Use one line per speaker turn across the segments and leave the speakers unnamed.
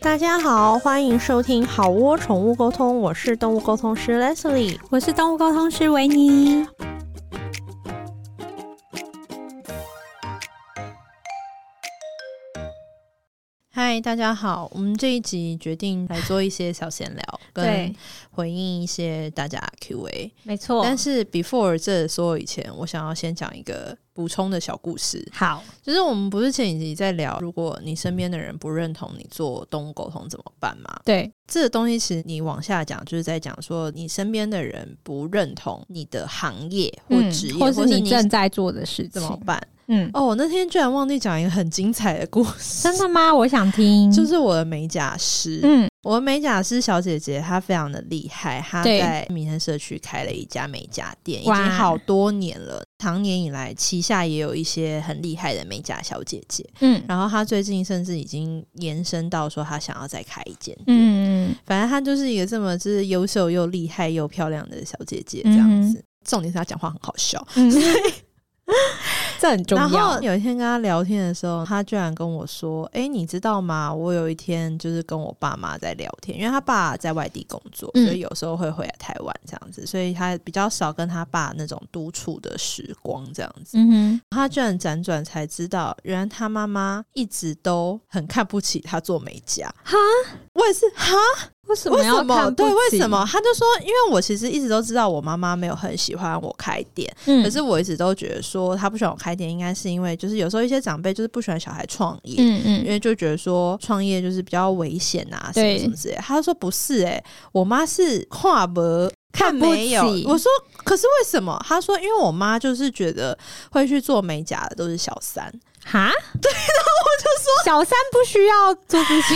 大家好，欢迎收听好窝宠物沟通，我是动物沟通师 Leslie。
我是动物沟通师维尼。
嗨，大家好，我们这一集决定来做一些小闲聊，跟
对，
回应一些大家 Q&A。
没错。
但是 before 这所有以前，我想要先讲一个补充的小故事。
好，
就是我们不是前几集在聊，如果你身边的人不认同你做动物沟通怎么办吗？
对，
这个东西其实你往下讲，就是在讲说你身边的人不认同你的行业或
嗯
职业，
或
或
是
是
你正在做的事
怎么
情。
办？
嗯，
哦，我那天居然忘记讲一个很精彩的故事，
真的吗？我想听。
就是我的美甲师。
嗯，
我的美甲师小姐姐她非常的厉害，她
对
在民生社区开了一家美甲店，已经
哇
好多年了。常年以来，旗下也有一些很厉害的美甲小姐姐。
嗯
然后她最近甚至已经延伸到说，她想要再开一间店。
嗯
反正她就是一个这么就是优秀又厉害又漂亮的小姐姐这样子。重点是她讲话很好笑。
嗯， 这很重
然后
要。
有一天跟她聊天的时候，她居然跟我说：“哎、你知道吗？我有一天就是跟我爸妈在聊天，因为她爸在外地工作，所
嗯
以有时候会回来台湾这样子，所以她比较少跟她爸那种独处的时光这样子。
嗯哼，
她居然辗转才知道，原来她妈妈一直都很看不起她做美甲。
哈，
我也是哈。”
为什
为
么要
什么？
看
对，
不
为
起
什？么？他就说，因为我其实一直都知道我妈妈没有很喜欢我开店，
嗯
可是我一直都觉得说她不喜欢我开店，应该是因为就是有时候一些长辈就是不喜欢小孩创业。
嗯
因
嗯，
为就觉得说创业就是比较危险啊，什么
对
什么之类的。他就说不是哎、我妈是跨博。看
不
没有，
起
我说，可是为什么？他说，因为我妈就是觉得会去做美甲的都是小三，
哈，对，然后我就说小三不需要做这 些。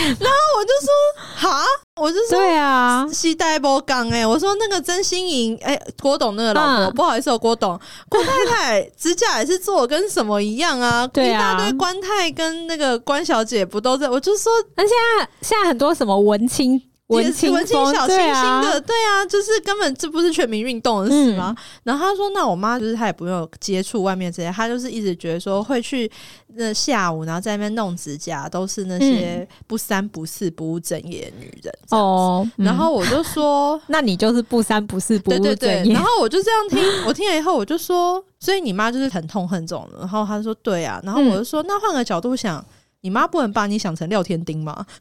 我就说哈，我就说
对啊，
西代波港哎，我说那个真心莹哎、郭董那个老婆，
嗯
不好意思、哦，郭董，郭太太指甲也是做得跟什么一样啊，
对啊
一大堆官太跟那个关小姐不都在，我就说
现在很多什么文青文青
文青
风
小清
对
新
啊
的，对啊，就是根本这不是全民运动的事吗？
嗯
然后他说，那我妈就是她也不用接触外面这些，她就是一直觉得说会去那下午，然后在那边弄指甲，都是那
嗯
些不三不四不务正业的女人这样子。
哦，嗯
然后我就说。
那你就是不三不四不
对
务
对
正
对，
业
然，后我就这样听， 我听了以后我就说，所以你妈就是很痛恨这种人。然后她就说对啊，然后我就说、那换个角度想，你妈不能把你想成廖天丁吗？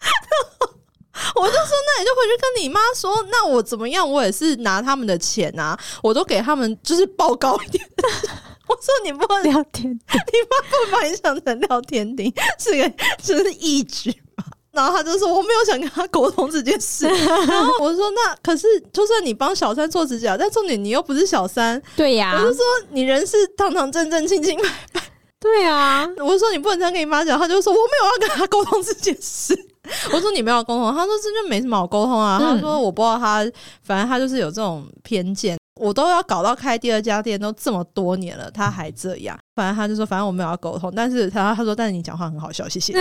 然后我就说，那你就回去跟你妈说，那我怎么样？我也是拿他们的钱啊，我都给他们就是报高一点。 我说你不能，你
聊天
妈不能把你想成廖天丁， 是个就是义举嘛。然后他就说我没有想跟他沟通这件事，然后我说那可是就算你帮小三做指甲，但重点你又不是小三，
对呀、
我就说你人是堂堂正正、清清白
对啊，
白，我就说你不能这样跟你妈讲，他就说我没有要跟他沟通这件事。我说你没有沟通，他说这就没什么好沟通啊。他
嗯
说我不知道他，反正他就是有这种偏见。我都要搞到开第二家店都这么多年了，他还这样。反正他就说，反正我没有要沟通，但是他他说，但是你讲话很好笑，谢 谢。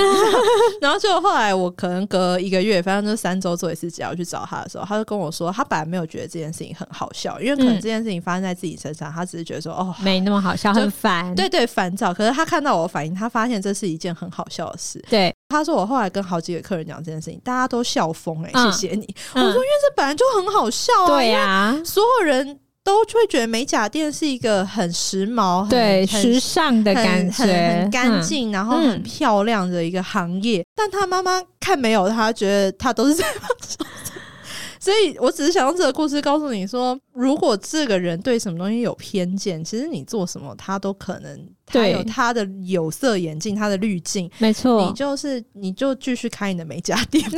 然后就后来我可能隔一个月，反正就三周做一次，只要去找他的时候，他就跟我说，他本来没有觉得这件事情很好笑，因为可能
嗯
这件事情发生在自己身上，他只是觉得说，哦，
没那么好笑，
就
很烦。
对对，烦躁。可是他看到我的反应，他发现这是一件很好笑的事。
对，
他说我后来跟好几个客人讲这件事情，大家都笑疯哎、
嗯
谢谢你。我
嗯
说因为这本来就很好笑啊，
对
呀、
呀、
所有人都会觉得美甲店是一个很时髦、很
对，
很
时尚的
很
感觉，
很很干
嗯。
净，然后很
嗯
漂亮的一个行业。但他妈妈看没有，他觉得他都是在帮手做 所以我只是想用这个故事告诉你说，如果这个人对什么东西有偏见，其实你做什么他都可能，他
对
有他的有色眼镜，他的滤镜。
没
你
错，
就是你就继续开你的美甲店，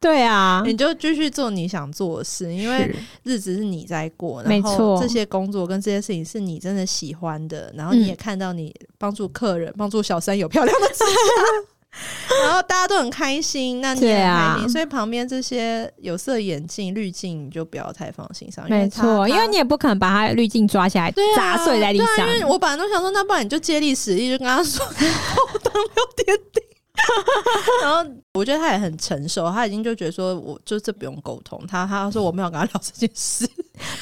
对啊，
你就继续做你想做的事，嗯因为
是
日子是你在过，然
没
后
错
这些工作跟这些事情是你真的喜欢的，然后
嗯
你也看到你帮助客人、帮助小三有漂亮的指甲， 然后大家都很开心，那你也
对
很
啊
开心，所以旁边这些有色眼镜、滤镜你就不要太放心上，
没错，因为
你。
你也不可能把它的滤镜抓起来、
对啊，
砸碎在地
对
上
啊。因为我本来都想说，那不然你就借力使力，就跟他说 我当没有点顶。然后我觉得啊他也很成熟，他已经就觉得说，我就这不用沟通。他他说我没有跟他聊这件事，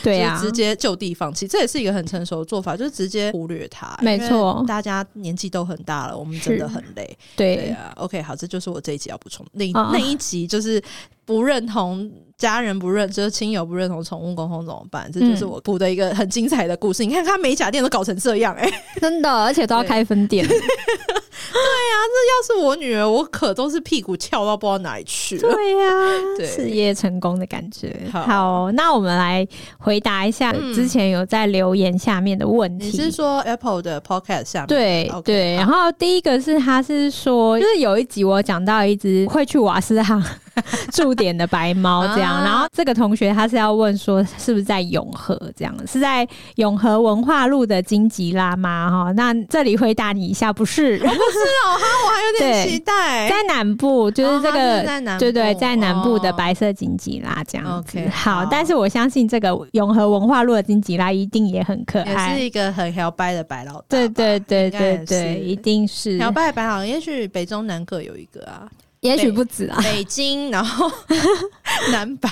对啊呀、
就是直接就地放弃，这也是一个很成熟的做法，就是直接忽略它。
没错
因为大家年纪都很大了，我们真的
是
很累。对
对
啊，OK，好，这就是我这一集要补充。那、
啊
那一集就是不认同家人不认，就是亲友不认同宠物沟通怎么办？这就是
嗯
我补的一个很精彩的故事。你看，他美甲店都搞成这样、哎，
真的，而且都要
对
开分店，
要是我女儿，我可都是屁股翘到不知道哪里去了。
对呀、
对
事业成功的感觉。
好
那我们来回答一下
嗯
之前有在留言下面的问题。
你是说 Apple 的 Podcast 下面？
对
OK，
对，
好
然后第一个是他是说，就是有一集我讲到一只会去瓦斯 行驻点的白猫这样，
啊
然后这个同学他是要问说是不是在永和这样，是在永和文化路的金吉拉吗？哈，那这里回答你一下，不是
哦，哈，我还有点
对
期待。
在南部，就是这
哎哦它是
个。
在南部，
对对，在南部的
哦
白色金吉拉这样子
OK，
好
好，
但是我相信这个永和文化路的金吉拉一定也很可
也
爱
是，一个很摇摆的白老大。
对对对
应该也
对对，
是
一定是，
摇摆的白老大，也许北中南各有一个 啊，
也许
对
不止啊，
北京，然 后南白。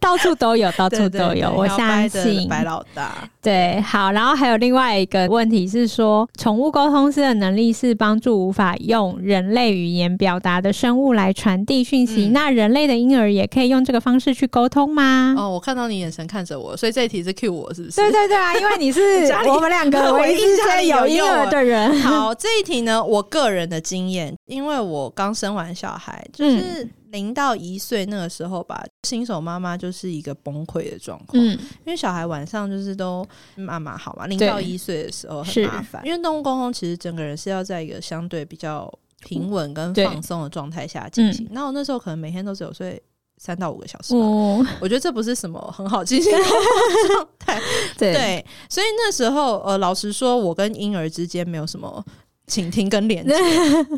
到处都有，到处
对
都有，我相信。
白老大，
对，好，然后还有另外一个问题是说，宠物沟通师的能力是帮助无法用人类语言表达的生物来传递讯息。
嗯
那人类的婴儿也可以用这个方式去沟通吗？
哦，我看到你眼神看着我，所以这一题是 Q 我是不是？
嗯 对对对啊，因为你是
家里
我们两个唯一
我一定家
是
里
有
有
婴
幼
儿
儿
的人。
好，这一题呢，我个人的经验，因为我刚生完小孩，
嗯
就是零到一岁那个时候吧，新手妈妈就是一个崩溃的状况，
嗯，
因为小孩晚上就是都嗯妈妈好嘛，零
对
到一岁的时候很
是
麻烦，因为动物沟通其实整个人是要在一个相对比较平稳跟
对
放松的状态下进
嗯
行。那我那时候可能每天都只有睡三到五个小时吧。
哦，
我觉得这不是什么很好进行的状态，
对，
对，所以那时候呃，老实说，我跟婴儿之间没有什么倾听跟 连接，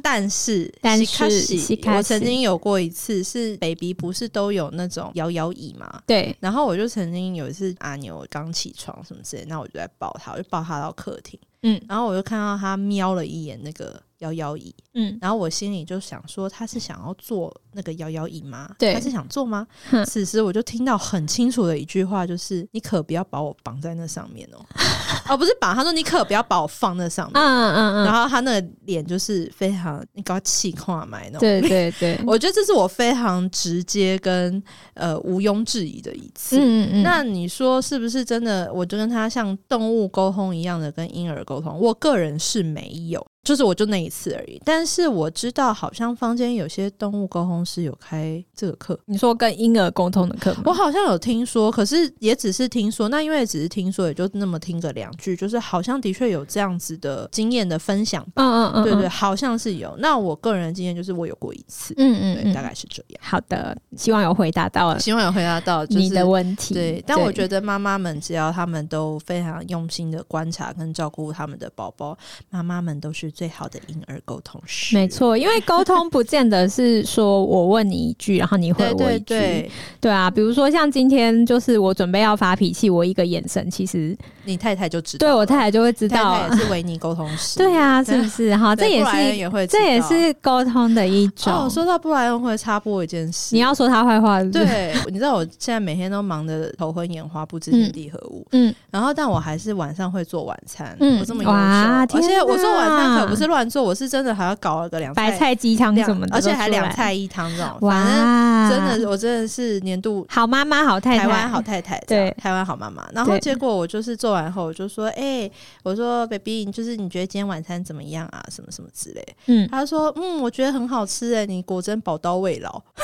但是
但是
西卡西
西卡西
我曾经有过一次是 baby 不是都有那种摇摇椅嘛。
对，
然后我就曾经有一次阿牛刚起床什么之类，那我就在抱他，我就抱他到客厅，
嗯
然后我就看到他瞄了一眼那个摇摇椅，
嗯，
然后我心里就想说，他是想要坐那个摇摇椅吗？
对
他是想坐吗
哼？
此时我就听到很清楚的一句话，就是你可不要把我绑在那上面哦， 哦不是绑，他说你可不要把我放那上
嗯
面。
嗯
然
嗯
后他那个脸就是非常，你搞气垮埋那种。
嗯，对对对，
我觉得这是我非常直接跟呃毋庸置疑的一次。
嗯嗯嗯，
那你说是不是真的？我就跟他像动物沟通一样的跟婴儿沟通，我个人是没有，就是我就那一次而已。但是我知道，好像坊间有些动物沟通师有开这个课，
你说跟婴儿沟通的课吗
我好像有听说，可是也只是听说。那因为只是听说，也就那么听个两句，就是好像的确有这样子的经验的分享吧。
嗯嗯嗯，
对对，
嗯，
好像是有。那我个人的经验就是我有过一次，
嗯嗯
对，
嗯，
大概是这样。
好的，希望有回答到
希望有回答到、就是、
你的问题。
对，但我觉得妈妈们只要她们都非常用心的观察跟照顾他们的宝宝，妈妈们都是最好的婴儿沟通师。
没，错，因为沟通不见得是说我问你一句，然后你回
对
我
对
一句，
对，
对啊。比如说像今天，就是我准备要发脾气，我一个眼神，其实
你太太就知道
对
了，
我太太就会知
太
道
太
啊，
也是维尼沟通师。
对啊，是不是？哈，
对，
这也
布莱恩
是
也会知道，
这也是沟通的一种。
哦。说到布莱恩，会插播一件事，
你要说他坏话，是不是，
对，你知道我现在每天都忙得头昏眼花，不知天地何物。
嗯，
然后，但我还是晚上会做晚餐。
嗯
我这么优秀，
哇
而
天
且我做晚餐
哪
可不是乱做，我是真的还要搞了个两
白菜鸡汤
两
什么的，
而且还两，菜一汤这种，反正
哇，
真的，我真的是年度
好妈妈，好太太，
台湾好，太太，
对
对，台湾好妈妈。然后
对
结果我就是做完后，我就说，哎、我说 baby，你就是你觉得今天晚餐怎么样啊？什么什么之类。
嗯，
他说，嗯，我觉得很好吃、哎，你果真宝刀未老。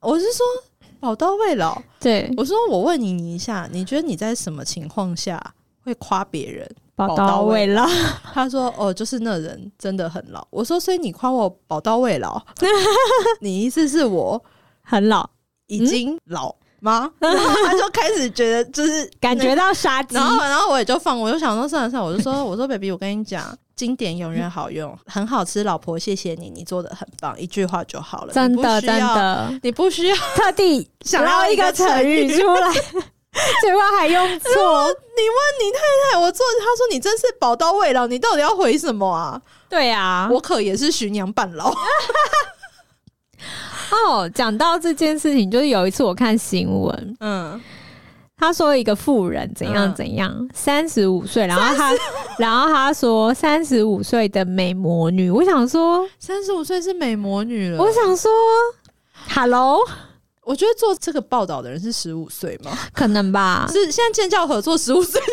我是说。宝刀未老，
对，
我说我问你，你一下，你觉得你在什么情况下会夸别人？
宝
宝
刀
刀未
未老，
他说：“哦，就是那人真的很老。”我说：“所以你夸我宝刀未老， 你意思是我
很老，
已经老吗？”然后他就开始觉得就是
感觉到杀鸡
嗯然。后然后我也就放，我就想说算了算了，我就 说我说 baby，我跟你讲，经典永远好用，很好吃，老婆谢谢你，你做的很棒，一句话就好了，
真
你不
的
需
真
要，
的，
你不需要，
特地
想要
捞一
一
个
个
成
成
语
语
出来， 结果还用错。
你问你太太，我做，他说你真是宝刀未老，你到底要回什么啊？
对啊，
我可也是徐娘半老，
哦，讲到这件事情，就是有一次我看新闻，
嗯，
他说一个富人怎样
嗯
怎样，三十五岁，然后他，然后他说三十五岁的美魔女，我想说，
三十五岁是美魔女了。
我想说，Hello，
我觉得做这个报道的人是十五岁吗？
可能吧，
是现在建教合作十五岁就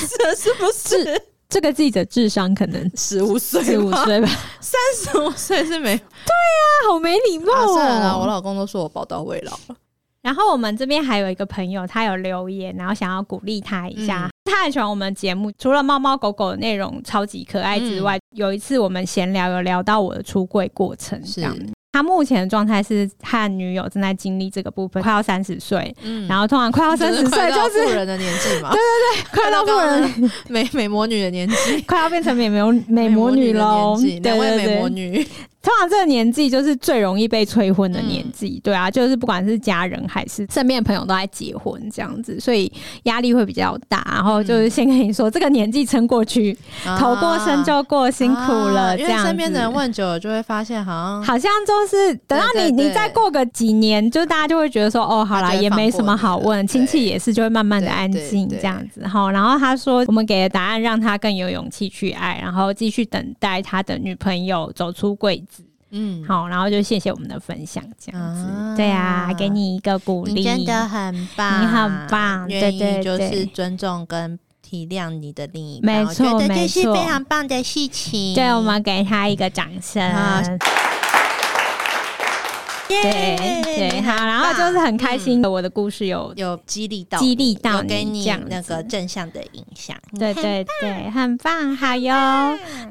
开始了，是不 是？
这个记者智商可能
十五岁吗，
四五岁哦吧，
三十五岁是没。
他好没礼貌
啊，
哦。
算了啦，我老公都说我宝刀未老了。
然后我们这边还有一个朋友，他有留言，然后想要鼓励他一下。
嗯
他很喜欢我们节目，除了猫猫狗狗的内容超级可爱之
嗯
外，有一次我们闲聊有聊到我的出柜过程，
是
这样。他目前的状态是和女友正在经历这个部分，快要三十岁，
嗯
然后通常快要三十岁就
富
是
人的年纪嘛，
快到
富
富人，
人美美魔女的年纪，
快要变成美魔 美魔女喽
的。年纪
对
两位
对
美
对
魔，女，
通常这个年纪就是最容易被催婚的年
嗯
纪，对啊，就是不管是家人还是身边的朋友都在结婚这样子，所以压力会比较大。然后就是先跟你说，这个年纪撑过去，头过身就过，辛苦
啊
了。这
因为
样子
身边的人问久了，就会发现好像
好像就是等到你
对对对
你再过个几年，就大家就会觉得说，哦，好
大
啦，
家就会
也没什么好
放
问，
过你了
亲戚也是就会慢慢的
对
安静
对对
这样子哈。然后他说，我们给的答案让他更有勇气去爱，然后继续等待他的女朋友走出柜子。
嗯，
好，然后就谢谢我们的分享，这样子，
啊
对啊，给你一个鼓励，
你真的很棒，
你很棒对
愿
对
意就
对
是尊重跟体谅你的另一
没
半，我觉
错
得
没
这是
错
非常棒的事情。
对，我，Oh 们给他一个掌声。
啊耶
对对，好，然后就是很开心，我的故事有，
有激励到你，
激励到
有给
你
你
这样
那个
子
正向的影响。
对对对，嗯很棒，好哟。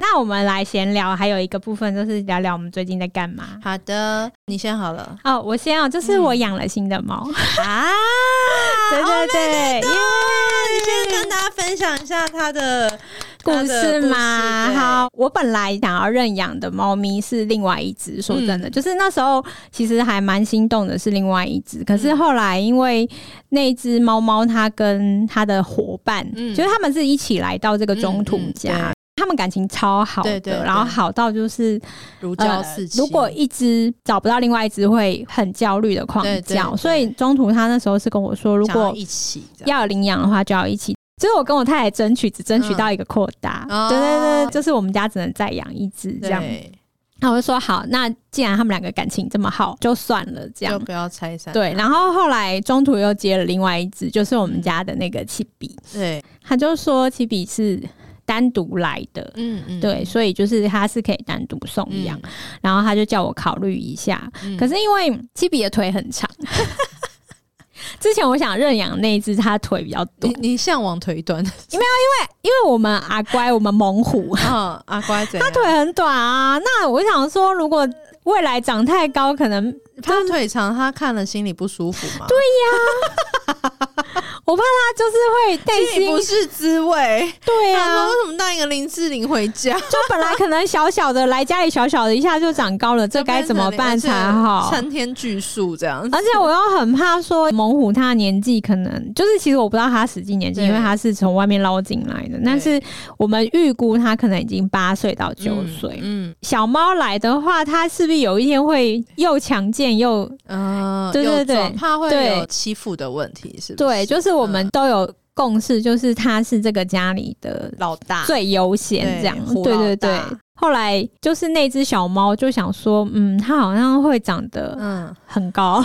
那我们来闲聊，还有一个部分就是聊聊我们最近在干嘛。
好的，你先好 了
哦，我先哦，就是我养了新的 猫，
啊！
哦
，Oh
对对对，因为
你先跟大家分享一下他的
故
他的
事
故事
嘛，
对
好，我本来想要认养的猫咪是另外一只，说真
嗯
的，就是那时候其实还蛮心动的是另外一只，可是后来因为那只猫猫它跟它的伙伴，
嗯
就是他们是一起来到这个中途
嗯嗯
家。
对
他们感情超好的，
对对对
然后好到就是
如胶
呃
似漆。
如果一只找不到另外一只，会很焦虑的狂叫。
对对对
所以中途他那时候是跟我说，如
想要
果
一起这样，
要领养的话就要一起。就是我跟我太太争取，只争取到一个扩大，
嗯
对对
哦
对，就是我们家只能再养一只这样。
对
那我就说好，那既然他们两个感情这么好，就算了这
就
样。
不要拆散。
对，然后后来中途又接了另外一只，就是我们家的那个奇比，
对，
他就说奇比是单独来的，
嗯嗯，
对，所以就是他是可以单独送
嗯
养，然后他就叫我考虑一下，
嗯
可是因为基比的腿很长， 之前我想认养那一只，它腿比较短，
你
因
你向往腿 短
为我们阿乖，我们猛虎，
啊，阿乖怎样？
它腿很短啊。那我想说，如果未来长太高，可能
他腿长，他看了心里不舒服嘛？对，
我怕它就是会内
心里不
心
是滋味。
对
他
啊
说，为什么带一个林志玲回家？
就本来可能小小的来家里小小的，一下就长高了，这该怎么办才 好？
参天巨树这样子
而且我又很怕说猛虎它的年纪可能就是，其实我不知道它实际年纪，
对
因为它是从外面捞进来的。但是我们预估它可能已经八岁到九岁。
嗯
小猫来的话，它势必有一天会又强健又
嗯，呃
对对
有
对
种怕会
对
有欺负的问题，是不是？嗯
对，就是我们都有共识，就是它是这个家里的
老大，
最悠闲
对
这样。
虎
对
老
对对
大。
后来就是那只小猫就想说，嗯，它好像会长得
嗯，
很高。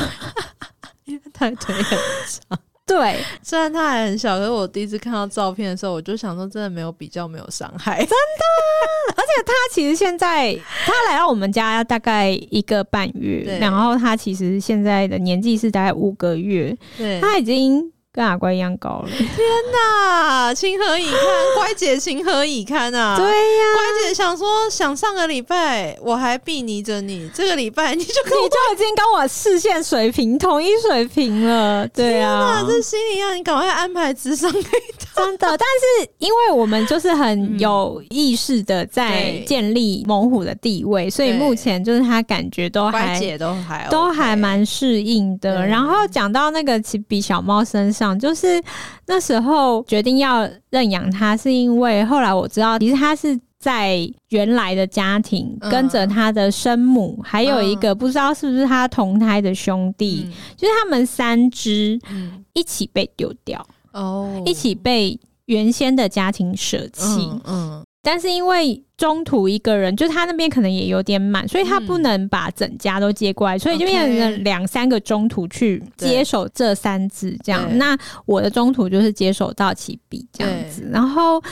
因为他腿很长。
对，
虽然他还很小，可是我第一次看到照片的时候，我就想说，真的没有比较，没有伤害。
他其实现在他来到我们家大概一个半月，
对
然后他其实现在的年纪是大概五个月，
对，
他已经跟阿乖一样高了。
那情何以堪？乖姐情何以堪啊！
对 呀、
乖姐想说，想上个礼拜我还避睨着你，这个礼拜你就跟
你就已经跟我视线水平同一水平了，对啊
我，这心里让你赶快安排直上给他。
真的。但是因为我们就是很
嗯
有意识的在
对
建立猛虎的地位，所以
对
目前就是他感觉都还
乖姐都还 OK
都还蛮适应的。
对
然后讲到那个奇比小猫身上，就是那时候决定要认养它，是因为后来我知道，其实它是。在原来的家庭，
嗯
跟着他的生母，还有一个不知道是不是他同胎的兄弟，
嗯
就是他们三只
嗯
一起被丢掉。
哦
一起被原先的家庭舍弃。
嗯嗯
但是因为中途一个人，就是他那边可能也有点满，所以他不能把整家都接过来，所以就
OK
变成两三个中途去接手这三只这样
对。
那我的中途就是接手到起笔这样子，然后。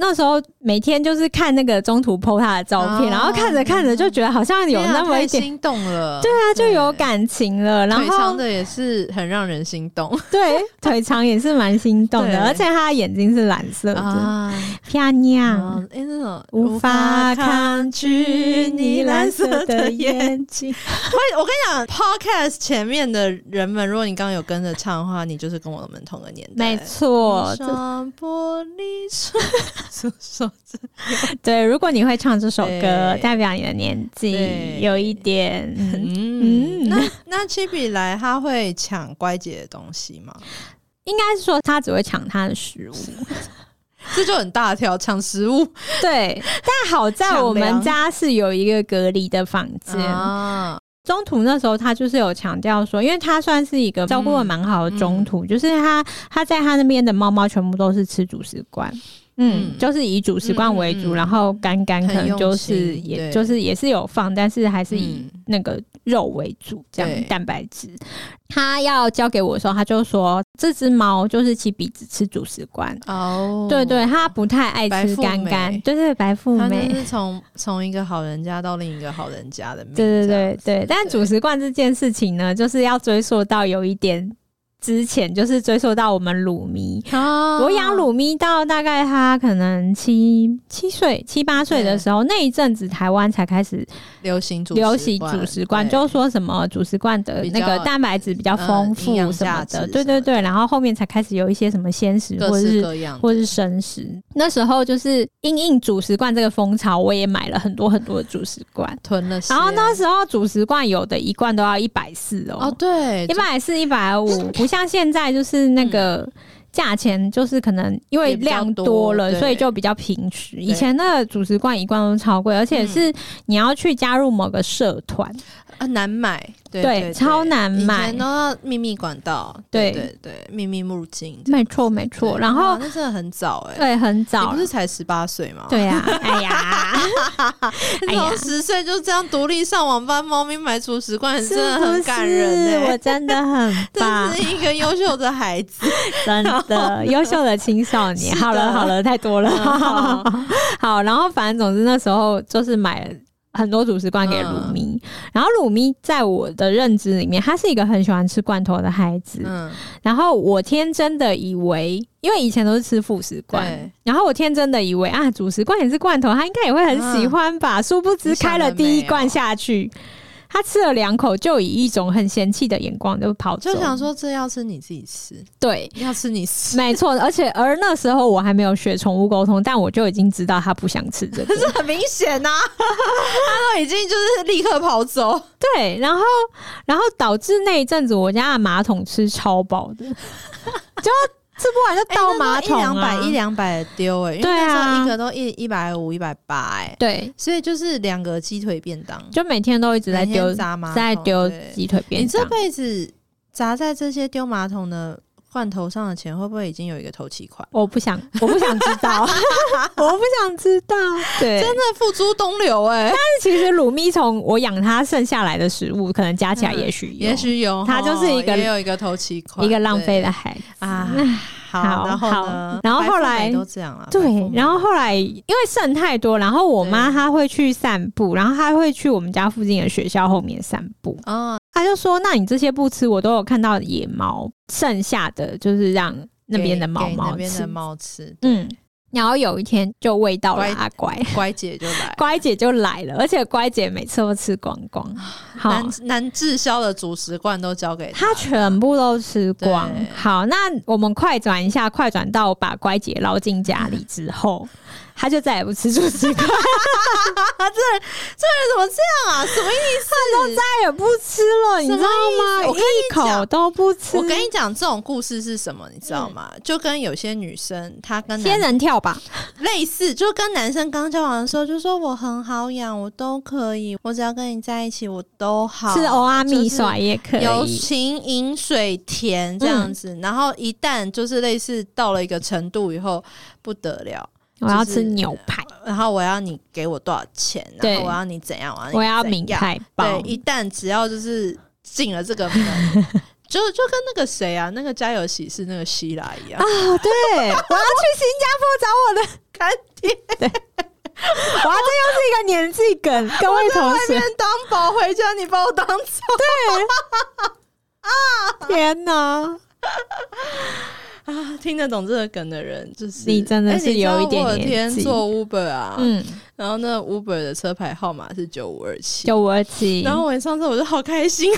那时候每天就是看那个中途 PO 他的照
哦
片，然后看着看着就觉得好像有
天啊
那么
太
一点，
心动了，
对啊，就有
对
感情了。然
腿长
后
的也是很让人心动
对腿长也是蛮心动
对
的，而且他的眼睛是蓝色的，
啊！
漂亮。
嗯，哎，那种
无法抗拒你蓝色的
眼。
眼睛。
我我跟你讲，podcast 前面的人们，如果你刚刚有跟着唱的话，你就是跟我们同个年代。
没错
一，扇玻璃窗，诉说着
这对，如果你会唱这首歌，
对
代表你的年
对
纪有一点。嗯
嗯，
嗯
那那七比来他会抢乖姐的东西吗？
应该是说他只会抢他的食物，
这就很大条，抢食物
对。但好 在
抢
我们
粮
家是有一个隔离的房间，
啊，
中途那时候他就是有强调说，因为他算是一个照
嗯
顾的蛮好的中途，就是他他在他那边的猫猫全部都是吃主食罐。嗯，
嗯
就是以主食罐为主，
嗯嗯嗯
然后干干可能就是
很用心
也
对
就是也是有放，但是还是以
嗯
那个肉为主，这样
对
蛋白质。他要交给我的时候，他就说这只猫就是其鼻子吃主食罐，
哦，
对对，它不太爱
白
吃
富
干干
美，
对对，白富
他
美
就。是从从一个好人家到另一个好人家的命，
对对
这样
对
子
对，但主食罐这件事情呢，就是要追溯到有一点之前，就是追溯到我们鲁咪。
啊
我养鲁咪到大概它可能七七岁、七
嗯
八岁的时候，那一阵子台湾才开始
流行主
流行主食罐，
对
就是说什么主食罐的
比
那个
较
蛋白质比较丰
嗯
富
营养
什么
价值
的，
什么
对对对。然后后面才开始有一些什么鲜食或
各
者
式
是
各样的，
或是生食。那时候就是因应主食罐这个风潮，我也买了很多很多的主食罐。
囤了些，
然后那时候主食罐有的一罐都要一百四
哦
哦，
对，
一百四、一 百五，不像现在就是那个价钱，就是可能因为
嗯也比较
量
多
多了，
对
所以就比较平实。以前的主食罐一罐都超贵，而且
嗯
是你要去加入某个社团，
啊难买，对
对
对，
超难买
以前都要秘密管道，
对
对对对，秘密路径，
没错没
对
错。然后
哇那真的很早啊哎，
对，很
你
早
不，是才十八岁吗？
对呀，哎呀，哎呀
从十岁就这样独立上网帮猫咪买主食罐，
是
真的
不
很感人
是？
哎
我。真的 很棒
真，是一个优秀的孩 子，
真 的优秀的青少
是
年。
的嗯
好了好了，太多了。
好
好，然后反正总之那时候就是买了。很多主食罐给鲁咪，
嗯
然后鲁咪在我的认知里面，他是一个很喜欢吃罐头的孩子。
嗯，
然后我天真的以为，因为以前都是吃副食罐，
对，
然后我天真的以为啊，主食罐也是罐头，他应该也会很喜欢
嗯
吧。殊不知
你想
开
得
了第一
美哦
罐下去，他吃了两口，就以一种很嫌弃的眼光就跑走。
就想说这要吃你自己吃，
对，
要吃你吃，
没错，而且而那时候我还没有学宠物沟通，但我就已经知道他不想吃 这个。
这很明显
啊
呐、他都已经就是立刻跑走，
对，然后然后导致那一阵子我家的马桶吃超饱的，就吃不完就倒马桶、
一两
啊
百一两百的丢哎、因为
对啊
那时候一个都一一百五一百八哎，
对，
所以就是两个鸡腿便当，
就每天都一直在
每
丢
天砸马桶
在丢
对
鸡腿
你
便
这
当。
辈子砸在这些丢马桶的罐头上的钱，会不会已经有一个头期款？
我不想，我不想知 道， 我不想知道。对，
真的付诸东流 哎、
但其实鲁咪从我养它剩下来的食物，可能加起来也许
嗯
有
也许有，
它就是一个
哦也有一个头期款，
一个浪费
对
的孩子
啊。
好
好，然后
好
呢？
然后后
白
来
富美都这样啊，白
对
富，美
然后后来因为剩太多，然后我妈
对
她会去散步，然后她会去我们家附近的学校后面散步。
啊，
她就说：“那你这些不吃，我都有看到野猫，剩下的就是让那边的
给
猫
给
猫
那边
吃
的。猫吃，”
嗯，然后有一天就喂到了
乖
阿乖，
乖姐就来。
乖姐就来了，而且乖姐每次都吃光光，好
啊难，难滞销的主食罐都交给
她全部都吃光
对。
好，那我们快转一下，快转到把乖姐捞进家里之后，他就再也不吃主食块，
人怎么这样啊？什么意思？
再也不吃了，你知道吗？
什么意思我跟
一口都不吃。
我跟你讲，嗯这种故事是什么，你知道吗？就跟有些女生，她跟
仙
男
人跳吧，
类似，就跟男生刚交往的时候，就说我很好养，我都可以，我只要跟你在一起，我都好。
吃欧阿
就
蜜
是哦
耍也可
有
以。
情饮水甜这样子，然后一旦就是类似到了一个程度以后，不得了。
我要
就
吃
是
牛排，
然后我要你给我多少钱，然
对
后我要你怎样，我要你
我要
呃怎
名
样
牌包
对，。一旦只要就是进了这个门， 就就跟那个谁啊，那个家有喜事那个希拉一样，
哦，对，我 要去新加坡找我的
干爹
哇，这又是一个年纪梗，各位同
外面
学，
当宝回家，你把我当走。
天
嗯
哪！
啊， 听得懂这个梗的人，就是
你真的
哎
是
你知道
有一点
我有
年
天
纪
做 Uber 啊，
嗯，
然后那 Uber 的车牌号码是九五二七。
九五二七，
然后我上次我就好开心，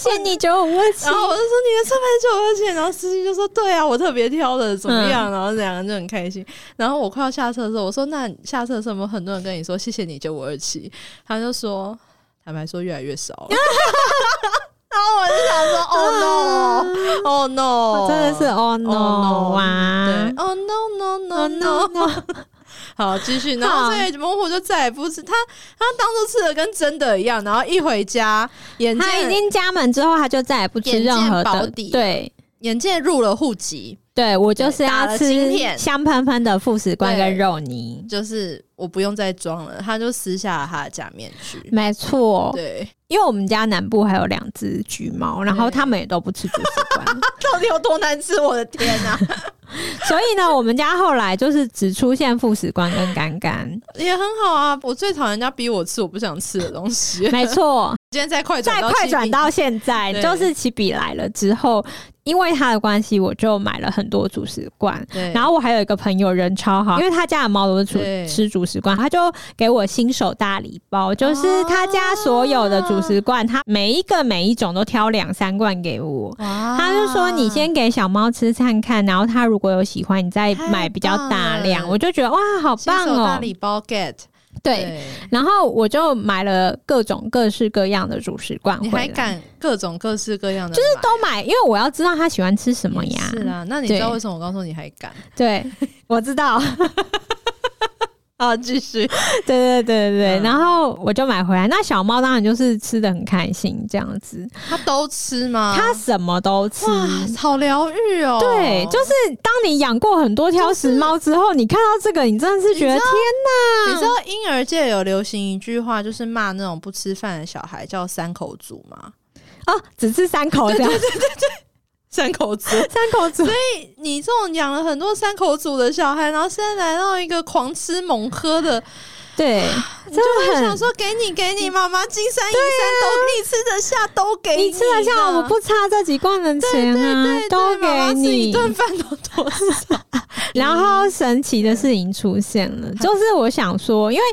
谢谢你九五二七
然，后我就说你的车牌九五二七，然后司机就说对啊，我特别挑的，怎
嗯
么样？然后两个人就很开心。然后我快要下车的时候，我说那你下车的时候有没有很多人跟你说谢谢你九五二七？他就说坦白说越来越少 了。然后我就想说 Oh no，Oh no，
哦我真的是啊 oh
Oh no，
no 哇，
对，Oh no no no
oh no
no，
no，
好，继续。然后
好
所以猛虎就再也不吃，他他当初吃的跟真的一样，然后一回家，眼
他已
见
经家门之后，他就再也不吃
眼见
任何
保
的，
底
对。
眼见入了户籍，
对，我就是
对打
要
了
吃
晶片
香喷喷的富士罐
对
跟肉泥，
就是我不用再装了，他就撕下了他的假面具。
没错。
对，
因为我们家南部还有两只橘猫，然
对
后它们也都不吃主食罐，
到底有多难吃？我的天啊！
所以呢，我们家后来就是只出现副食罐跟 干干，
也很好啊，我最讨厌人家逼我吃我不想吃的东西。
没错。
今天再快转
再
到
快
西
转
饼
到现在，
对
就是起笔来了之后，因为他的关系，我就买了很多主食罐。
对，
然后我还有一个朋友人超好，因为他家的猫都是主
对
吃主食罐，他就给我新手大礼包，就是他家所有的主食
哦
罐，他每一个每一种都挑两三罐给我。
哇
他就说：“你先给小猫吃看看，然后它如果有喜欢，你再
太
买比较大量。”
棒了
我就觉得哇，好
新
棒
手大
哦！
礼包 get
对，，然后我就买了各种各式各样的主食罐回
你
来，
还敢各种各式各样的买，就是
都买，因为我要知道他喜欢吃什么呀。
是啊，那你知道
对
为什么我告诉你还敢？
对， 我知道，
啊，继续。
对对对对对。
嗯
然后我就买回来，那小猫当然就是吃的很开心这样子，
他都吃吗？
它什么都吃。
嗯哇，好疗愈哦。
对，就是当你养过很多条死猫之后，你看到这个，你真的是觉得
你
天
知道你知
哪！
道婴儿界有流行一句话，就是骂那种不吃饭的小孩叫“三口组”吗？
哦，只吃三口这样，
三口组。
三口煮。
哎你这种养了很多三口组的小孩，然后现在来到一个狂吃猛喝的，
对，
你
真
就会
的
想
很。啊
说给你给你，妈妈金山银山都你吃得下都给
你吃得下，
的
我不差这几罐的钱啊
哎对，对
都
妈妈
给
吃
你。
一顿饭都多少？
然后神奇的事情出现
嗯
了，就是我想说，因为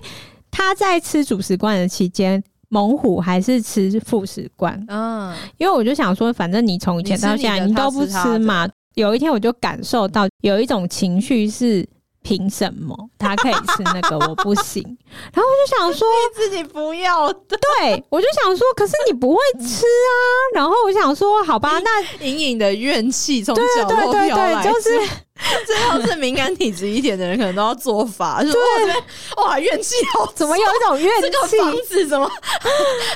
他在吃主食罐的期间，猛虎还是吃副食罐，
嗯，
因为我就想说，反正你从以前到现在
你吃你的
你都不吃嘛。有一天我就感受到有一种情绪是。凭什么他可以吃那个，我不行？ 然后我就想说，
自己不要
啊
的，
对我就想说，可是你不会
嗯
吃啊。然后我想说，好
哎
吧，那
隐隐的怨气从
对
角
对
落
对
飘来，
对，就是
这要是敏感体质一点的人，可能都要做法。就说哇，这边哇，怨气好，
怎么有一种怨
这个
气？
房子怎么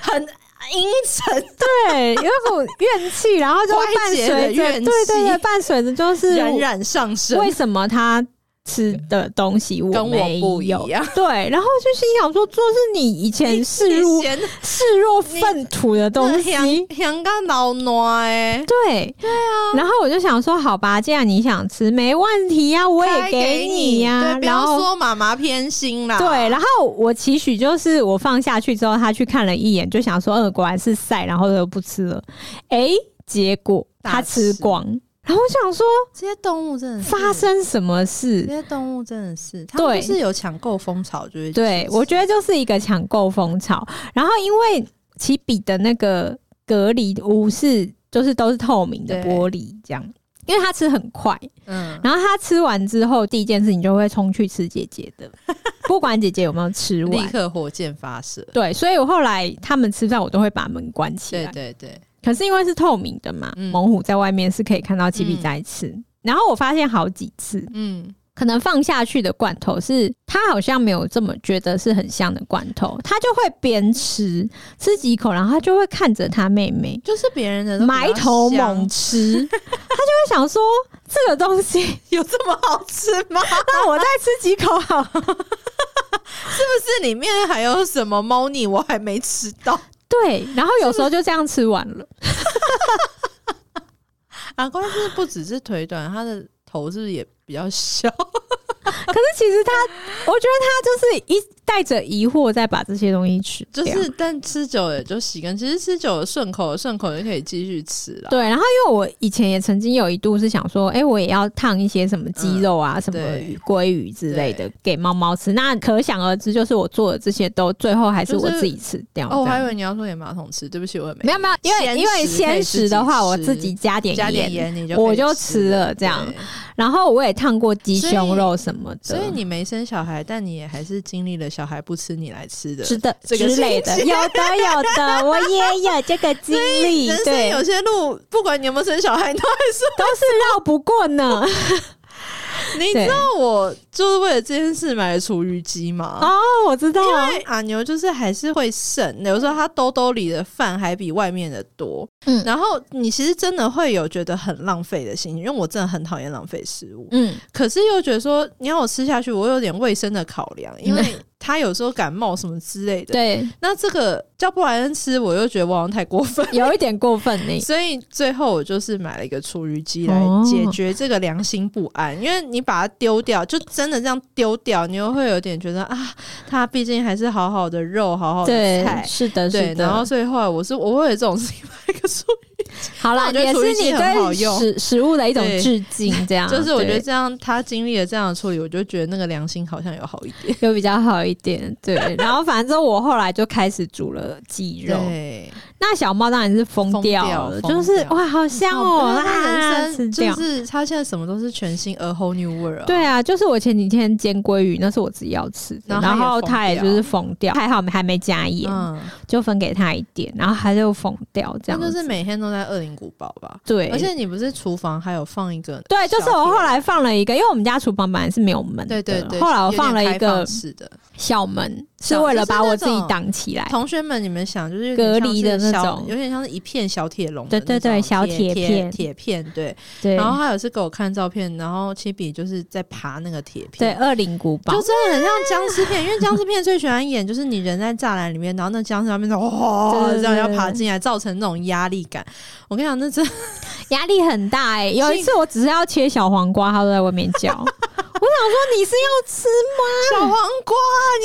很阴沉？
对，有一股怨气，然后就
歪
伴
斜的
随着，对
怨
对对，
气
伴随着 就是
冉冉上升
为，什么他吃的东西我
跟
没
我不一
有？
样。
对，然后就心想说，这是你以前视
你
若
嫌
视若粪土的东西，
香港老暖哎，
对对啊。然后我就想说，好吧，既然你想吃，没问题呀、我也
开给
你呀、
对不
然
要
后。
说妈妈偏心啦。
对，然后我期许就是我放下去之后，他去看了一眼，就想说，嗯，果然是晒，然后就不吃了。哎，结果他
大
吃
吃
光，然后我想说，
这些动物真的是
发，生什么事
这？些动物真的是，他们
对
就是有抢购风潮，就会
对，我觉得就是一个抢购风潮。然后因为奇比的那个隔离屋是就是都是透明的
对
玻璃这样。因为他吃很快，
嗯，
然后他吃完之后，第一件事情就会冲去吃姐姐 的，不管姐姐有没有吃
立
完。
刻火箭发射。
对，所以我后来他们吃饭，我都会把门关起来。
对对对，
可是因为是透明的嘛，
嗯
猛虎在外面是可以看到吉比在吃。然后我发现好几次，
嗯，
可能放下去的罐头是它好像没有这么觉得是很香的罐头，它就会边吃吃几口，然后它就会看着它妹妹
就是别人的都比较
埋头
香
猛，吃，它就会想说这个东西，
有这么好吃 吗？
那我再吃几口好了。
是不是里面还有什么猫腻我还没吃 到？
对，然后有时候就这样吃完了。
难怪是不只是腿短，它的头是不是也比较小？
可是其实它，我觉得它就是一带着疑惑再把这些东西吃掉。
就是，但吃久了也就习惯。其实吃久了顺口了，顺口就可以继续吃了。
对，然后因为我以前也曾经有一度是想说，哎、我也要烫一些什么鸡肉啊、什么
嗯对
鱼鲑鱼之类的给猫猫吃。那可想而知，就是我做的这些都最后还是
就是
我自己吃掉。
哦，我还以
有
为你要说给马桶吃，对不起，我也
没有没有，因
鲜
为因为
食可以
鲜
自
食
己
的话，我
吃
自己加点
加点
盐，
盐，你就
我
可以
就
吃
吃了这样
对
然后我也烫过鸡
所以
胸肉什么的，
所以你没生小孩，但你也还是经历了小孩不吃你来吃的。
是的
这个
之类的，
情
有的有的，我也有这个经 历，
人生
对，
有些路，不管你有没有生小孩，都还
都是绕不过呢。
是你知道我就是为了这件事买了厨余机吗？
哦，我知道，
因为阿啊牛就是还是会剩，有时候他兜兜里的饭还比外面的多。
嗯
然后你其实真的会有觉得很浪费的心情，因为我真的很讨厌浪费食物，
嗯，
可是又觉得说你要我吃下去，我有点卫生的考量，因为他有时候感冒什么之类的。
嗯对，
那这个叫布莱恩吃，我又觉得我好像太过分。
有一点过分呢。
所以最后我就是买了一个厨余机来
哦
解决这个良心不安，因为你把它丢掉，就真的这样丢掉，你又会有点觉得啊，它毕竟还是好好的肉， 好好的
对，
菜。
是的，
对
是，的。
然后所以后来我是我为了这种事情买一个厨余，
好
那
啦，
我觉得
也
厨余
是
机
你
很好用
对食食物的一种
对
致敬，这 样
就是我觉得
啊对
这样，他经历了这样的处理，我就觉得那个良心好像有好一点。
有比较好一点。对， 然后反正我后来就开始煮了鸡肉，
对，
那小猫当然是疯
疯掉
掉了，
疯
就是
掉
哇，好香哦，
对他
啊
人生
吃掉
就是他现在什么都是全新 a whole new world 啊。
对啊，就是我前几天煎鲑鱼，那是我自己要吃的，
然
然
后
后
它
它
也
也
疯掉
就是疯掉，还好我们还没加盐，
嗯，
就分给他一点，然后它就疯掉，
那
这样
就
子
是每天都在恶灵古堡吧？
对，
而且你不是厨房还有放一个？
对，就是我后来放了一个，因为我们家厨房本来是没有门
对
的，
对对，
后来我放了一
有点开
个
放式的。
小门，
小
是为了把我
就是
自
那种
己挡起来。
同学们，你们想就是有
哎隔
点像
离的
是
那
小
种
有点像是一片小铁笼的
对
那种，
对对小
铁
铁片
铁片对。
对
然后他有次给我看照片，然后七比就是在爬那个铁
对，
片。
恶灵古堡
就。真的很像僵尸片，因为僵尸片最喜欢演就是你人在栅栏里面，然后那僵尸在那边说哇，
对对
这样要爬
对
进来，造成那种压力感。我跟你讲，那真的
压力很大哎、有一次我只是要切小黄瓜，它都在外面 叫。我想说你是要吃
小黄瓜，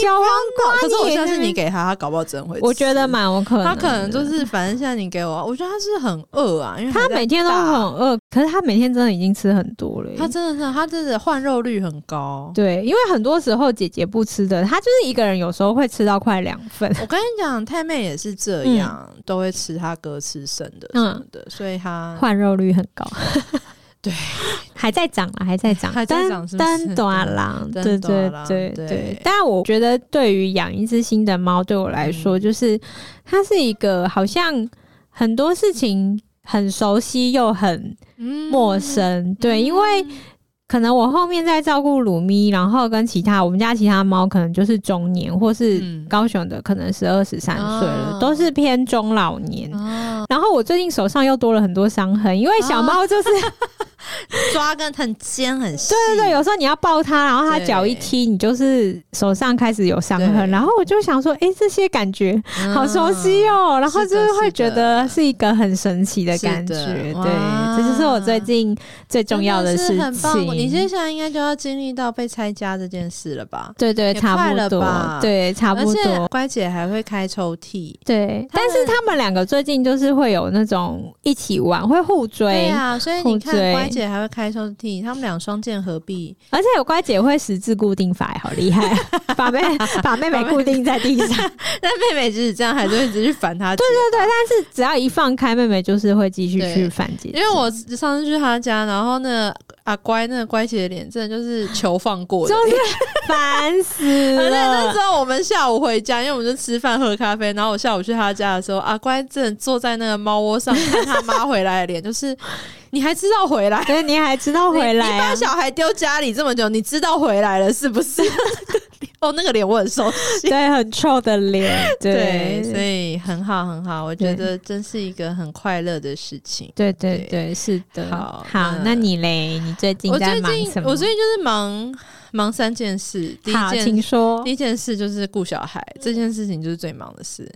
小黄瓜，
可是我
也
相
在
信
那
你
边，
给他，他搞不好真会吃。
我觉得蛮有可能的，
他可能就是，反正现在你给我，我觉得他是很饿啊，因为
他
还在
每天都很
大，
饿，可是他每天真的已经吃很多了耶。欸
他真的是，他真的换肉率很高。
对，因为很多时候姐姐不吃的，她就是一个人，有时候会吃到快两份。
我跟你讲，太妹也是这样，
嗯
都会吃他哥吃剩的什么的，所以他
换肉率很高，
啊对，
还在涨啦，还在涨，
还在涨是不是
单短啦，
单
对
单
对
短啦
对
对
对。但我觉得，对于养一只新的猫，对我来说，
嗯
就是它是一个好像很多事情很熟悉又很
嗯
陌生，对，因为可能我后面在照顾鲁咪，然后跟其他我们家其他猫，可能就是中年或是
嗯
高雄的，可能十二十三岁
啊
了，都是偏中老年。
哦
然后我最近手上又多了很多伤痕，因为小
啊
猫就是、
抓跟很尖很细，
对对对，有时候你要抱它，然后它
对
脚一踢，你就是手上开始有伤
对
痕。然后我就想说，哎、这些感觉
嗯
好熟悉哦、然后
是的
就是会
是
觉
的
得是一个很神奇的
是
感觉。
的
对，
哇
这就是我最近最重要
真
事
是
情。
很棒。你接下来应该就要经历到被拆家这件事了吧？
对对，
也
差
快了
不
吧
多，对，差
而
不
且
多，
乖姐还会开抽屉，
对。
他们
但是他们两个最近就是会有那种一起玩，会互
对
追，
啊，所以你
互
看
追
乖姐还会开抽屉，他们俩双剑合璧，
而且我乖姐会十字固定法，好厉害，啊 把妹把妹妹固定在地上。
但妹妹即使这样，还是会一直去烦她姐。
对对对， 但是只要一放开，妹妹就是会继续去反击。
因为我上次去她家，然后呢，啊乖，那个乖姐的脸真的就是求放过的
就。是烦死
而且那
了
时。候我们下午回家，因为我们就吃饭喝咖啡，然后我下午去她家的时候，啊乖真的坐在那个猫窝上看她妈回来的脸，就是 你还知道回来。
所以你还知道
你
回来
你
啊
把？小孩丢家里这么久，你知道回来了是不是？ 哦，那个脸我很熟悉。
对，很臭的脸。 对
对，，所以很好很好，我觉得真是一个很快乐的事情。
对对
对
对，是的。
好
好，
那
那你嘞？你最近
我
在
最
忙
近
什么？
我最近就是忙忙三件事，第一
好，请
件
说
第。一件事就是顾小孩，这件事情就是最忙的事。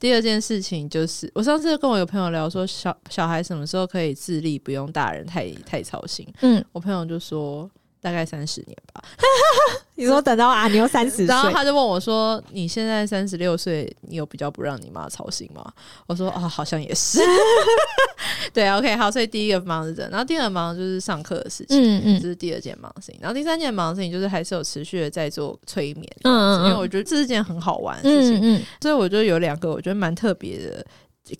第二件事情就是，我上次跟我有朋友聊说，小小孩什么时候可以自立，不用大人太太操心。
嗯，
我朋友就说大概三十年吧。
你说等到阿牛三十岁，
然后他就问我说：“你现在三十六岁，你有比较不让你妈操心吗？”我说：“啊，好像也 是。”对啊，OK，好，所以第一个忙是这，然后第二个忙就是上课的事情，
嗯
这
嗯
是第二件忙的事情。然后第三件忙的事情就是还是有持续的在做催眠，
嗯嗯，
因为我觉得这是件很好玩的事情
嗯，嗯
所以我就有两个我觉得蛮特别的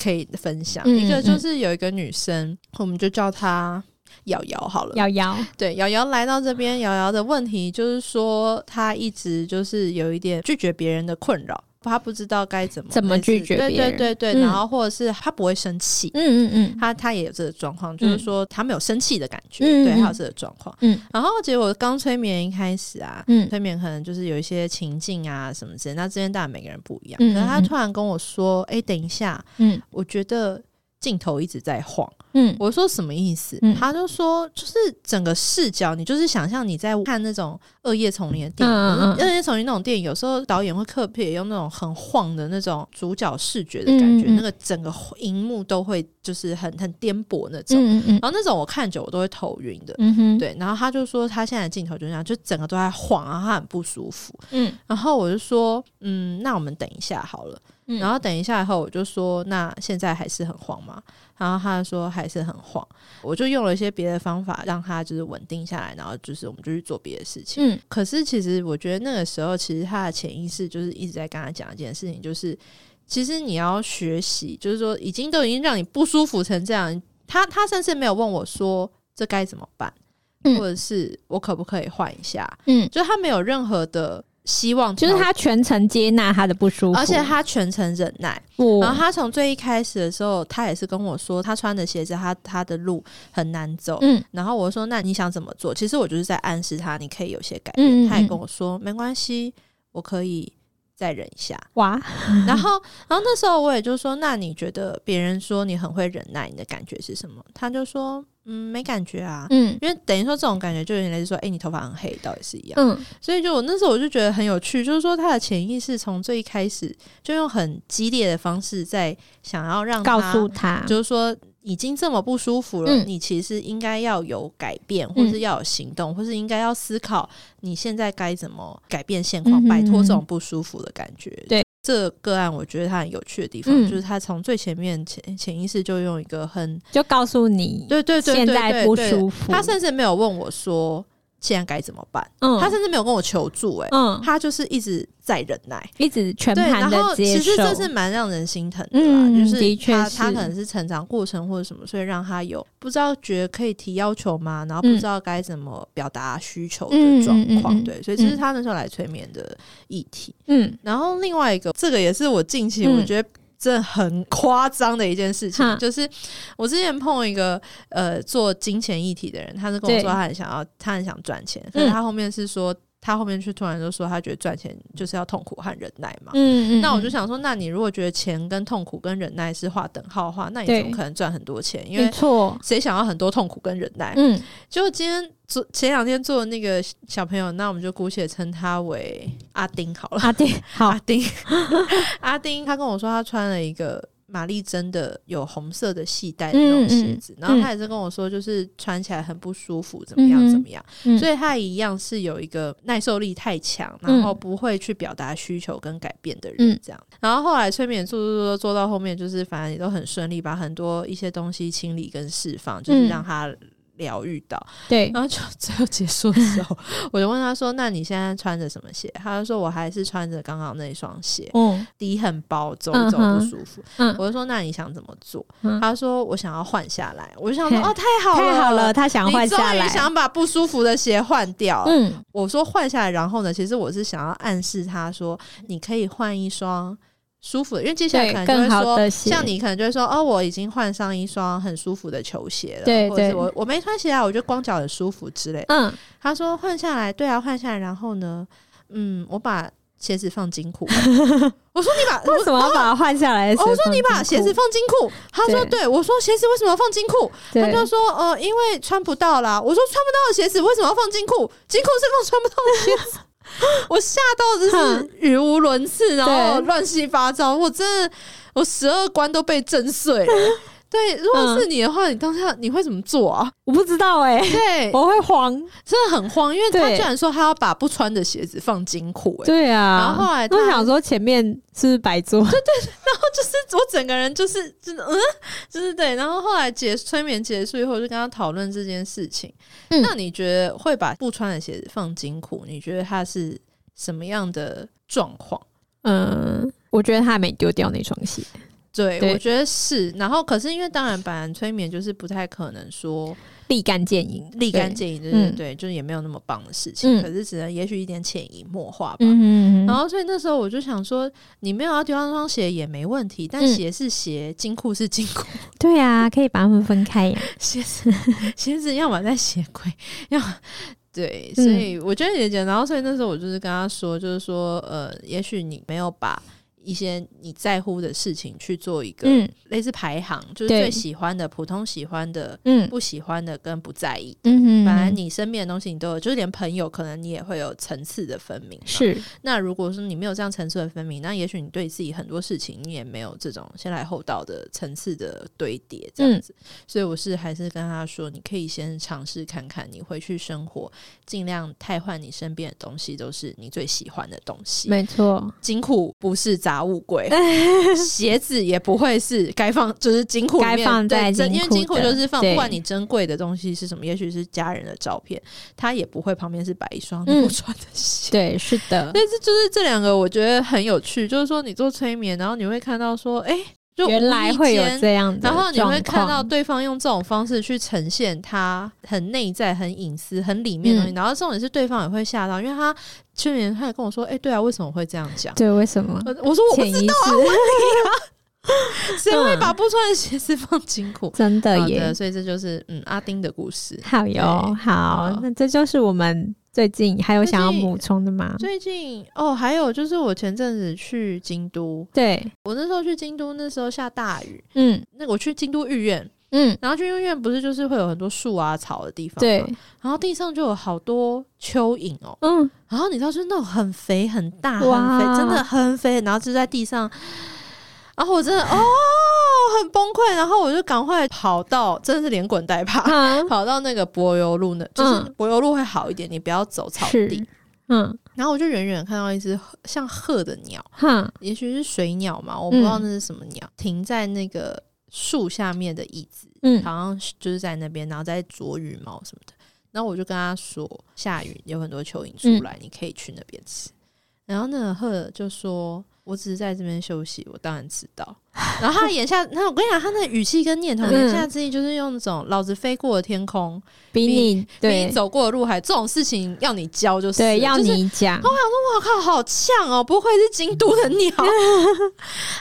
可以分享。
嗯
一个就是有一个女生，我们就叫她瑶瑶好了，
瑶瑶，
对，瑶瑶来到这边，瑶瑶的问题就是说，她一直就是有一点拒绝别人的困扰，她不知道该怎么
怎么
类似
拒绝
对
别人
对对对，
嗯
然后或者是她不会生气。
嗯嗯
她她也有这个状况，就是说她没有生气的感觉，
嗯
对，
嗯
她有这个状况。
嗯
然后结果刚催眠一开始啊，
嗯
催眠可能就是有一些情境啊什么之类，那之间当然每个人不一样。
嗯嗯
可是她
嗯
突然跟我说：“哎、等一下，
嗯
我觉得镜头一直在晃。”
嗯
我说什么意思？
嗯
他就说，就是整个视角，你就是想象你在看那种《恶夜丛林》的电影，
嗯嗯嗯
恶夜丛林》那种电影，有时候导演会特别用那种很晃的那种主角视觉的感觉，
嗯嗯嗯
那个整个荧幕都会就是很很颠簸那种。
嗯嗯
然后那种我看久我都会头晕的。
嗯哼，，
对，然后他就说他现在的镜头就这样，就整个都在晃，然后他很不舒服。
嗯
然后我就说，嗯，那我们等一下好了。
嗯
然后等一下以后，我就说，那现在还是很晃吗？然后他说还是很晃，我就用了一些别的方法让他就是稳定下来，然后就是我们就去做别的事情。
嗯
可是其实我觉得那个时候，其实他的潜意识就是一直在跟他讲一件事情，就是其实你要学习，就是说已经都已经让你不舒服成这样，他他甚至没有问我说这该怎么办，
嗯
或者是我可不可以换一下，
嗯，
就是他没有任何的希望，
就是。他全程接纳他的不舒服，
而且他全程忍耐，然后
我，
他从最一开始的时候，他也是跟我说，他穿的鞋子，他他的路很难走。
嗯
然后我说：“那你想怎么做？”其实我就是在暗示他，你可以有些改变。
嗯嗯嗯
他也跟我说：“没关系，我可以再忍一下。
哇，”
然后，然后那时候我也就说：“那你觉得别人说你很会忍耐，你的感觉是什么？”他就说：“嗯，没感觉啊。
嗯
因为等于说这种感觉就有点类似说，哎、你头发很黑，到底是一样。
嗯
所以就我那时候我就觉得很有趣，就是说他的潜意识从最一开始就用很激烈的方式在想要让他
告诉，他，
就是说已经这么不舒服了，
啊嗯
你其实应该要有改变，或是要有行动，或是应该要思考你现在该怎么改变现况，
嗯哼
摆脱这种不舒服的感觉。
对。
这个案我觉得它很有趣的地方，
嗯
就是它从最前面潜潜意识就用一个很
就告诉你，
对对对对
现在不
对对
舒服，
他甚至没有问我说现在该怎么办，
嗯
他甚至没有跟我求助、哎、
嗯，
他就是一直在忍耐。
一直全
对，
盘
然
的
后
接
其
受
实，这是蛮让人心疼的啦，就
嗯
是
的确
他
是
他可能是成长过程或者什么，所以让他有不知道觉得可以提要求吗？然后不
嗯
知道该怎么表达需求
嗯
的状况，
嗯嗯嗯
对，所以这是他那时候来催眠的议题。
嗯
然后另外一个，这个也是我近期
嗯
我觉得。真的很夸张的一件事情
哈，
就是我之前碰一个呃做金钱议题的人，他是跟我
对嗯
说他很想要，他很想赚钱，可是他后面是说他后面却突然就说他觉得赚钱就是要痛苦和忍耐嘛，
嗯嗯，
那我就想说，那你如果觉得钱跟痛苦跟忍耐是划等号的话，那你
对
怎么可能赚很多钱？因
没
为
错，
谁想要很多痛苦跟忍耐？
嗯
就今天昨前两天做的那个小朋友，那我们就姑且称他为阿丁好了。
阿弟啊好
阿，丁， 阿丁，他跟我说他穿了一个玛丽珍的有红色的系带的那种鞋
嗯
子，然后他也是跟我说，就是穿起来很不舒服，怎么样
嗯哼
怎么样，
嗯
所以他一样是有一个耐受力太强，
嗯
然后不会去表达需求跟改变的
嗯
人，这样。然后后来催眠做做做做到后面，就是反正也都很顺利，把很多一些东西清理跟释放，就是
嗯
让他。疗愈到。
对，
然后就最后结束的时候， 我就问他说：“那你现在穿着什么鞋？”他就说：“我还是穿着刚刚那一双鞋，
嗯
底很薄，走一走
嗯
不
哼
舒服。
嗯，
我就说：“那你想怎么做？”
嗯
他说：“我想要换下来。”我就想说：“
嘿
哦，太好了，
太好了，，他想换下
你终
来
于，想把不舒服的鞋换掉。”
嗯，
我说换下来，然后呢，其实我是想要暗示他说，你可以换一双舒服的，因为接下来
对
可能就
更
会
好
说，
的鞋
像你可能就会说，哦，我已经换上一双很舒服的球鞋了，
对
或者是
对
我我没穿鞋啊，我觉得光脚很舒服之类的。
嗯，
他说换下来，对啊，换下来，然后呢，嗯，我把鞋子放金 库，我说你把。
为什么要把它换下来？
哦我说你把鞋子，放金库，他说
对
对，我说鞋子为什么要放金库？
对
他就说呃，因为穿不到啦。我说穿不到的鞋子为什么要放金库？金库是放穿不到的 鞋子。我吓到就是语无伦次，然后
对
乱七八糟，我真的我十二关都被震碎 了。对，如
嗯
果是你的话，你当下你会怎么做 啊？
我不知道哎，
对，
我会慌，
真的很慌，因为他
对
居然说他要把不穿的鞋子放金库、欸，
对
然
啊，
后后来他
我想说前面是不是白做？
就是我整个人就是就是嗯，就是对。然后后来结催眠结束以后，我就跟他讨论这件事情。
嗯
那你觉得会把不穿的鞋子放金库？你觉得他是什么样的状况？
嗯，我觉得他还没丢掉那双鞋，
对，
对
我觉得是。然后可是因为当然，本来催眠就是不太可能说
立竿见影，
立竿
对，
见影，对对
嗯
对，就是也没有那么棒的事情。
嗯
可是只能也许一点潜移默化吧。
嗯嗯嗯，
然后，所以那时候我就想说，你没有要丢那双鞋也没问题，但
嗯
鞋是鞋，金库是金 库，
对啊，可以把它们分开啊呀，
鞋子 鞋子要么在鞋柜，要么对，
嗯
所以我觉得也简单。然后，所以那时候我就是跟他说，就是说，呃，也许你没有把一些你在乎的事情去做一个
嗯
类似排行，就是
对
最喜欢的、普通喜欢的、
嗯
不喜欢的跟不在意。
嗯哼，
本来你身边的东西，你都有，就是连朋友，可能你也会有层次的分明嘛。
是
那如果说你没有这样层次的分明，那也许你对自己很多事情你也没有这种先来后到的层次的堆叠这
嗯
样子。所以我是还是跟他说，你可以先尝试看看，你回去生活，尽量汰换你身边的东西，都是你最喜欢的东西。
没错，
金库不是杂物 柜，鞋子也不会是该放，就是金库里面
该放在
对真因为金
金
库
库的
就是放，
对
不管你珍贵的东西是什么，也许是家人的照片，它也不会旁边是摆一双你
嗯
不穿的鞋。
对，是的，
但是就是这两个，我觉得很有趣，就是说你做催眠，然后你会看到说，哎、就
原来会有
无意间。
这样的
然
状
后
况，
你会看到对方用这种方式去呈现他很内在、很隐私、很里面的东
嗯
西，然后重点是对方也会吓到，因为他催眠，他也跟我说：“哎、对啊，为什么会这样讲
对为什么？”
呃我说：“我不
潜
知
意识？”
谁会把不穿的鞋子放金库
真的
好
耶
的，，所以这就是嗯阿丁的故事。
好哟，
对
好
好，
那这就是我们最近还有想要
最近
补充的吗？
最近哦，还有就是我前阵子去京都，
对，
我那时候去京都，那时候下大雨，
嗯
那我去京都御苑，
嗯，
然后去医院不是就是会有很多树啊、草的地方，
对。，
然后地上就有好多蚯蚓哦，
嗯，
然后你知道就是那种很肥、很大、很
哇
肥，真的很肥，然后就在地上，然后我真的 哦很崩溃，然后我就赶快跑到，真的是连滚带 爬。
啊，
跑到那个柏油路那，就是
嗯
柏油路会好一点，你不要走草地
是。，嗯
然后我就远远看到一只像鹤的鸟，
哈，
也许是水鸟嘛，我不知道
嗯
那是什么鸟，停在那个树下面的椅子，
嗯
好像是就是在那边，然后在啄羽毛什么的。然后我就跟他说，下雨有很多蚯蚓出
嗯
来，你可以去那边吃。然后那个鹤就说：“我只是在这边休息，我当然知 道。”然后他眼下，那我跟你讲，他那语气跟念头，
嗯
言下之意就是用那种“老子飞过的天空，
比你
比
对
你走过的路还”这种事情要你教，就是哦
对，要
就是
你讲，
我靠，好呛哦！不愧是京都的 鸟。然后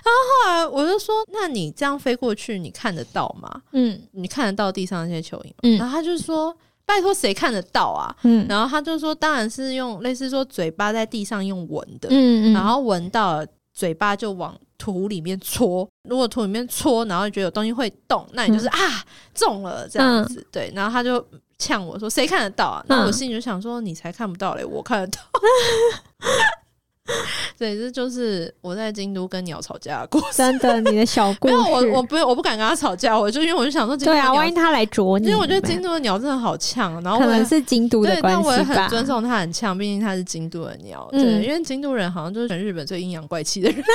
后来我就说：“那你这样飞过去，你看得到吗？
嗯
你看得到地上那些蚯蚓吗？”
嗯
然后他就说：“拜托，谁看得到啊？”
嗯
然后他就说：“当然是用类似说嘴巴在地上用闻的，
嗯嗯，
然后闻到了嘴巴就往土里面戳。如果土里面戳，然后觉得有东西会动，那你就是、
嗯
啊中了这样子。对，然后他就呛我说：“谁看得到啊？”那我
嗯
心里就想说：“你才看不到嘞，我看得到。” 对，这就是我在京都跟鸟吵架的故事。
真的你的小故
没有，
事，
我我不我不敢跟他吵架，我就因为我就想说京都
对
的
啊，
鸟，
万一他来啄你
因
们，
为我觉得京都的鸟真的好呛，然后
可
我也
能是京都
对
的，关
但
系
我也很
吧，
尊重他很呛，毕竟他是京都的鸟。
嗯
对，因为京都人好像就是全日本最阴阳怪气的人。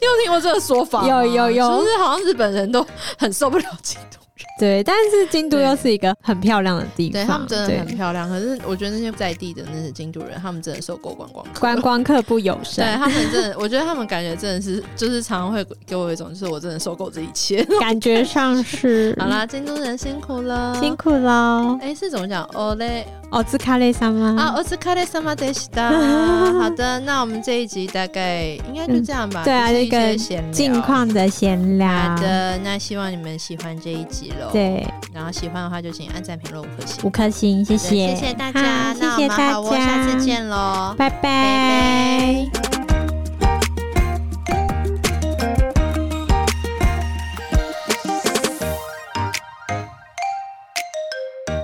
你有听过这个说法吗？
有有有
就是好像日本人都很受不了京都。
对，但是京都又是一个很漂亮的地方，
对他们真的很
对
漂亮，可是我觉得那些在地的那些京都人，他们真的受够观光客。
观光客不友
对
善，
他们真的，我觉得他们感觉真的是，就是常常会给我一种，就是我真的受够这一切。
感觉上是
好啦，京都人辛苦了，
辛。苦喽。
哎，是怎么讲？哦嘞
哦，自卡雷山
啊，
吗？
我是卡雷萨马德西 达。好的，那我们这一集大概应该就这样吧。
对啊
就是一
这个
些闲聊
近。况的闲聊。
好的，那希望你们喜欢这一集喽。，
对，
然后喜欢的话就请按赞、评论五颗星。
五颗星，谢
对
谢，
谢大
好
家，那我
谢谢
们
大
好，我下
家，
次见喽，
拜拜
拜拜